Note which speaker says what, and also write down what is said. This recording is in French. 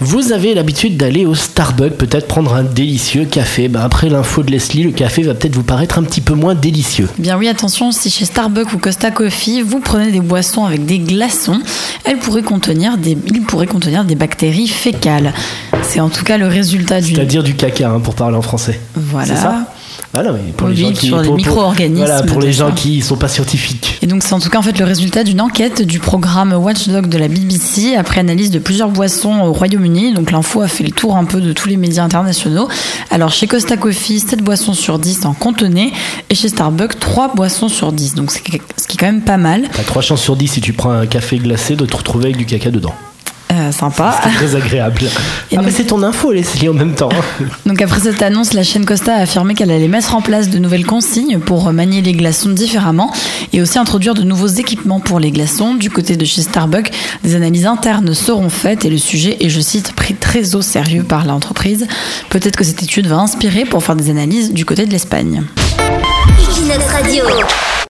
Speaker 1: Vous avez l'habitude d'aller au Starbucks, peut-être prendre un délicieux café. Bah, après l'info de Leslie, le café va peut-être vous paraître un petit peu moins délicieux.
Speaker 2: Eh Bien oui, attention, si chez Starbucks ou Costa Coffee, vous prenez des boissons avec des glaçons, elles pourraient contenir des, ils pourraient contenir des bactéries fécales. C'est en tout cas le résultat du...
Speaker 1: C'est-à-dire du caca, hein, pour parler en français.
Speaker 2: Voilà.
Speaker 1: C'est ça voilà, oui, pour
Speaker 2: Oui,
Speaker 1: les gens qui,
Speaker 2: sur les
Speaker 1: pour- pour-
Speaker 2: micro-organismes,
Speaker 1: Voilà, pour les
Speaker 2: déjà.
Speaker 1: gens qui sont pas scientifiques.
Speaker 2: Et donc c'est en tout cas en fait le résultat d'une enquête du programme Watchdog de la BBC après analyse de plusieurs boissons au Royaume-Uni. Donc l'info a fait le tour un peu de tous les médias internationaux. Alors chez Costa Coffee, 7 boissons sur 10 en contenaient et chez Starbucks, 3 boissons sur 10. Donc c'est quelque- ce qui est quand même pas mal.
Speaker 1: T'as 3 chances sur 10 si tu prends un café glacé de te retrouver avec du caca dedans.
Speaker 2: Euh, sympa.
Speaker 1: C'est très agréable.
Speaker 2: Et
Speaker 1: ah,
Speaker 2: donc-
Speaker 1: mais c'est ton info, Leslie, en même temps.
Speaker 2: Donc après cette annonce, la chaîne Costa a affirmé qu'elle allait mettre en place de nouvelles consignes pour manier les glaçons différemment et aussi introduire de nouveaux équipements pour les glaçons. Du côté de chez Starbucks, des analyses internes seront faites et le sujet est, je cite, pris très au sérieux par l'entreprise. Peut-être que cette étude va inspirer pour faire des analyses du côté de l'Espagne.
Speaker 3: Equinox Radio.